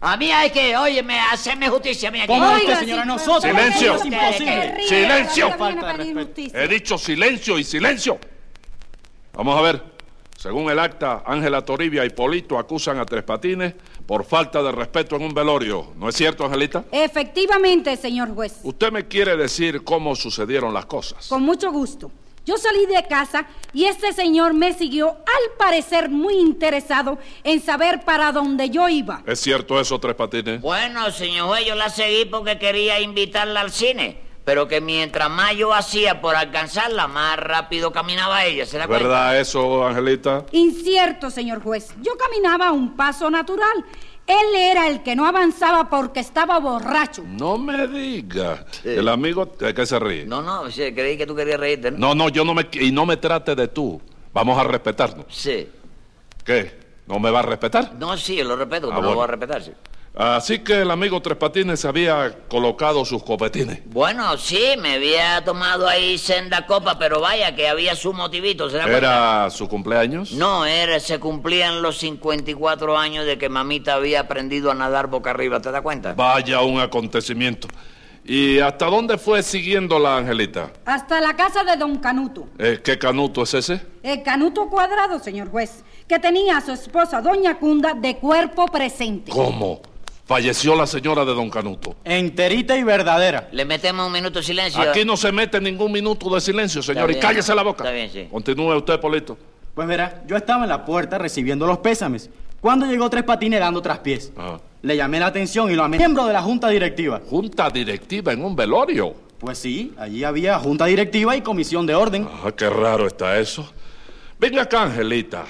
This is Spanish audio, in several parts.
A mí hay que, óyeme, hacerme justicia. a mí aquí. ¿Cómo Oiga, usted, señora? sí, Nosotros. pero- pero Silencio. ustedes que Imposible. ríen, Silencio. ahora vienen a Falta de pedir respeto. Eh, justicia. He dicho silencio y silencio. Vamos a ver. Según el acta, Ángela Toribia y Polito acusan a Tres Patines por falta de respeto en un velorio. ¿No es cierto, Angelita? Efectivamente, señor juez. Usted me quiere decir cómo sucedieron las cosas. Con mucho gusto. Yo salí de casa y este señor me siguió, al parecer muy interesado en saber para dónde yo iba. ¿Es cierto eso, Tres Patines? Bueno, señor juez, yo la seguí porque quería invitarla al cine. Pero que mientras más yo hacía por alcanzarla, más rápido caminaba ella, ¿se da cuenta? ¿Verdad eso, Angelita? Incierto, señor juez. Yo caminaba a un paso natural. Él era el que no avanzaba porque estaba borracho. No me diga. El amigo de que se ríe. No, no, sí, creí que tú querías reírte, ¿no? No, no, yo no me... Y no me trate de tú. Vamos a respetarnos. Sí. ¿Qué? ¿No me va a respetar? No, sí, yo lo respeto, Ah, pero lo bueno. voy a respetar, sí. Así que el amigo Tres Patines había colocado sus copetines. Bueno, sí, me había tomado ahí senda copa, pero vaya que había su motivito, ¿se da cuenta? ¿Era su cumpleaños? No, era, se cumplían los 54 años de que mamita había aprendido a nadar boca arriba, ¿te das cuenta? Vaya un acontecimiento. ¿Y hasta dónde fue siguiendo la Angelita? Hasta la casa de don Canuto. Eh, ¿Qué canuto es ese? El Canuto Cuadrado, señor juez, que tenía a su esposa, doña Cunda, de cuerpo presente. ¿Cómo? Falleció la señora de don Canuto. Enterita y verdadera. Le metemos un minuto de silencio. Aquí no se mete ningún minuto de silencio, señor. Y bien. cállese la boca. Está bien, sí. Continúe usted, Polito. Pues verá, yo estaba en la puerta recibiendo los pésames. Cuando llegó Tres Patines dando traspiés. Ajá. Le llamé la atención y lo amé. Miembro de la junta directiva. Junta directiva en un velorio. Pues sí, allí había junta directiva y comisión de orden. Ah, qué raro está eso. Venga acá, Angelita.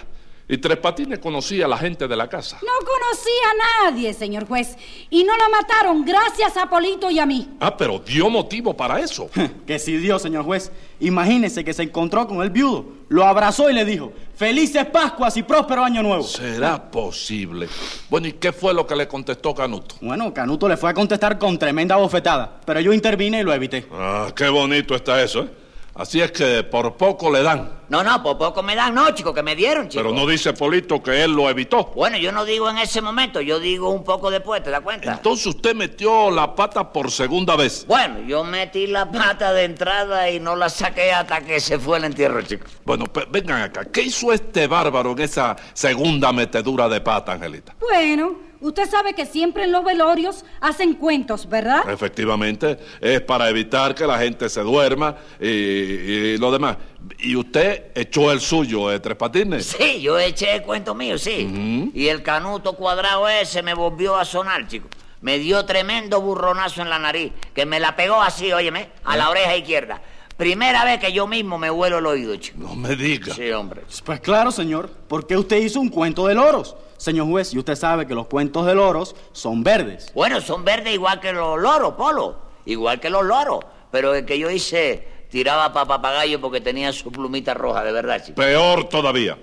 Y Tres Patines conocía a la gente de la casa. No conocía a nadie, señor juez, y no la mataron gracias a Polito y a mí. Ah, pero dio motivo para eso. Que sí dio, señor juez. Imagínese que se encontró con el viudo, lo abrazó y le dijo, felices Pascuas y próspero año nuevo. ¿Será posible? Bueno, ¿y qué fue lo que le contestó Canuto? Bueno, Canuto le fue a contestar con tremenda bofetada, pero yo intervine y lo evité. Ah, qué bonito está eso, ¿eh? Así es que por poco le dan. No, no, por poco me dan, no, chico, que me dieron, chico. Pero no dice Polito que él lo evitó. Bueno, yo no digo en ese momento, yo digo un poco después, ¿te das cuenta? Entonces usted metió la pata por segunda vez. Bueno, yo metí la pata de entrada y no la saqué hasta que se fue el entierro, chico. Bueno, pe- vengan acá. ¿Qué hizo este bárbaro en esa segunda metedura de pata, Angelita? Bueno, usted sabe que siempre en los velorios hacen cuentos, ¿verdad? Eh. Efectivamente, es para evitar que la gente se duerma y, y lo demás. Y usted echó el suyo, de Tres Patines. Sí, yo eché el cuento mío, sí. Y el canuto cuadrado ese me volvió a sonar, chico. Me dio tremendo burronazo en la nariz, que me la pegó así, óyeme, a la oreja izquierda. Primera vez que yo mismo me huelo el oído, chico. No me diga. Sí, hombre. Pues claro, señor, porque usted hizo un cuento de loros. Señor juez, y usted sabe que los cuentos de loros son verdes. Bueno, son verdes igual que los loros, Polo. Igual que los loros. Pero el que yo hice tiraba para papagayo porque tenía su plumita roja, de verdad, chico. Peor todavía.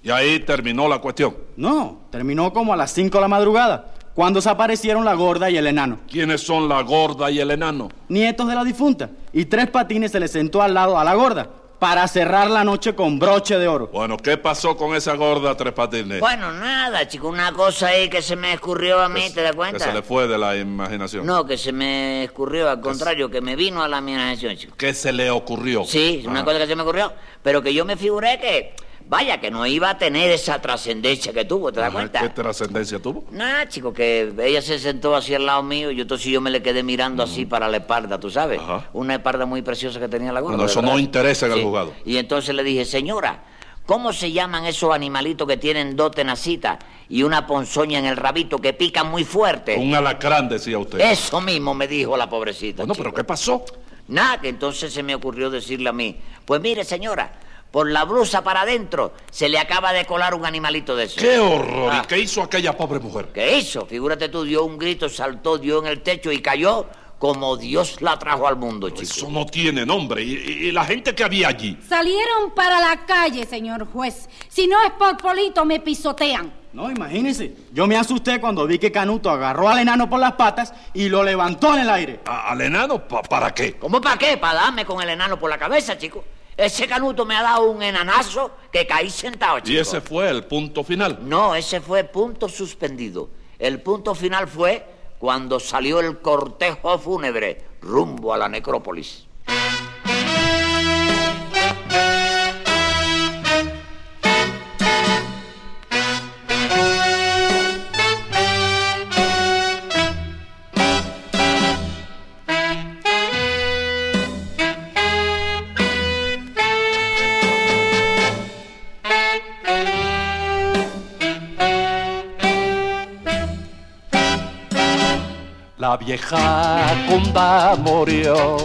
Y ahí terminó la cuestión. No, terminó como a las 5 de la madrugada, cuando se aparecieron la gorda y el enano, ¿Quiénes son la gorda y el enano? nietos de la difunta, y tres patines se le sentó al lado a la gorda para cerrar la noche con broche de oro. Bueno, ¿qué pasó con esa gorda Tres Patines? Bueno, nada, chico, una cosa ahí que se me escurrió a mí, Que- ¿te das cuenta? Pues, Que se le fue de la imaginación. No, que se me escurrió, al contrario, que me vino a la imaginación, chico. ¿Qué se le ocurrió? Sí, es una Ah, cosa que se me ocurrió, pero que yo me figuré que, vaya, que no iba a tener esa trascendencia que tuvo, ¿te das ajá, cuenta? ¿Qué trascendencia tuvo? Nah, chico, que ella se sentó así al lado mío y yo, entonces yo me le quedé mirando así para la espalda, ¿tú sabes? Ajá. Una espalda muy preciosa que tenía la gorda. Bueno, de eso no verdad. interesa en el Sí. juzgado. Y entonces le dije, señora, ¿cómo se llaman esos animalitos que tienen dos tenacitas y una ponzoña en el rabito que pican muy fuerte? Un alacrán, decía usted. Eso mismo me dijo la pobrecita. bueno, chico. pero ¿qué pasó? Nada, que entonces se me ocurrió decirle a mí, pues mire señora, por la blusa para adentro se le acaba de colar un animalito de eso. ¡Qué horror! Ah. ¿Y qué hizo aquella pobre mujer? ¿Qué hizo? Figúrate tú, dio un grito, saltó, dio en el techo y cayó como Dios la trajo al mundo, chico. Eso no tiene nombre. ¿Y, y- y la gente que había allí? Salieron para la calle, señor juez. Si no es por Polito, me pisotean. No, imagínese, yo me asusté cuando vi que Canuto agarró al enano por las patas y lo levantó en el aire. ¿A- ¿Al enano? ¿Pa- ¿Para qué? ¿Cómo para qué? Para darme con el enano por la cabeza, chico. Ese canuto me ha dado un enanazo que caí sentado, chico. Y ese fue el punto final. No, ese fue punto suspendido. El punto final fue cuando salió el cortejo fúnebre rumbo a la necrópolis. La vieja conda murió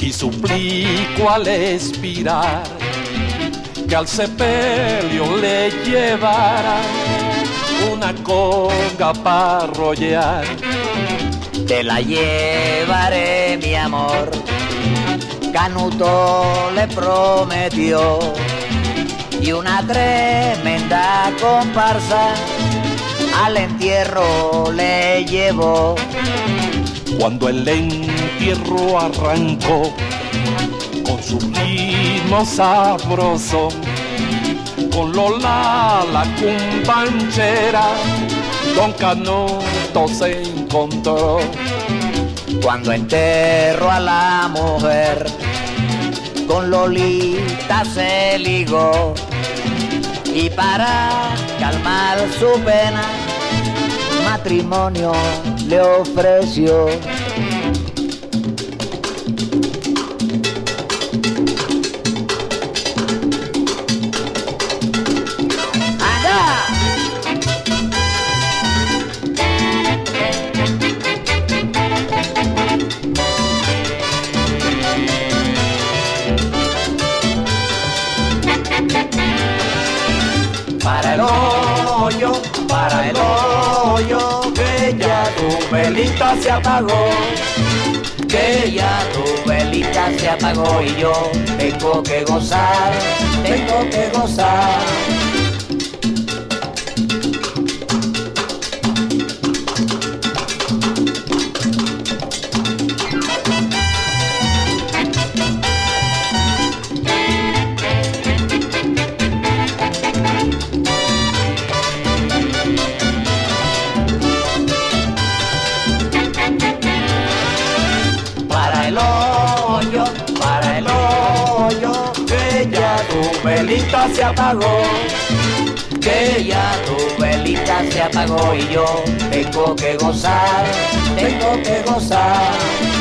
y suplico al expirar que al sepelio le llevara una conga para rollar. Te la llevaré, mi amor. Canuto le prometió. Y una tremenda comparsa al entierro le llevó. Cuando el entierro arrancó con su ritmo sabroso, con Lola la cumbanchera, Don Canuto se encontró. Cuando enterró a la mujer, con Lolita se ligó. Y para calmar su pena, matrimonio le ofreció. ¡Anda! Para el hoyo, para el hoyo, que ya tu velita se apagó. que ya tu velita se apagó y yo tengo que gozar, tengo que gozar. Para el hoyo, para el hoyo, que ya tu velita se apagó. Que ya tu velita se apagó y yo tengo que gozar, tengo que gozar.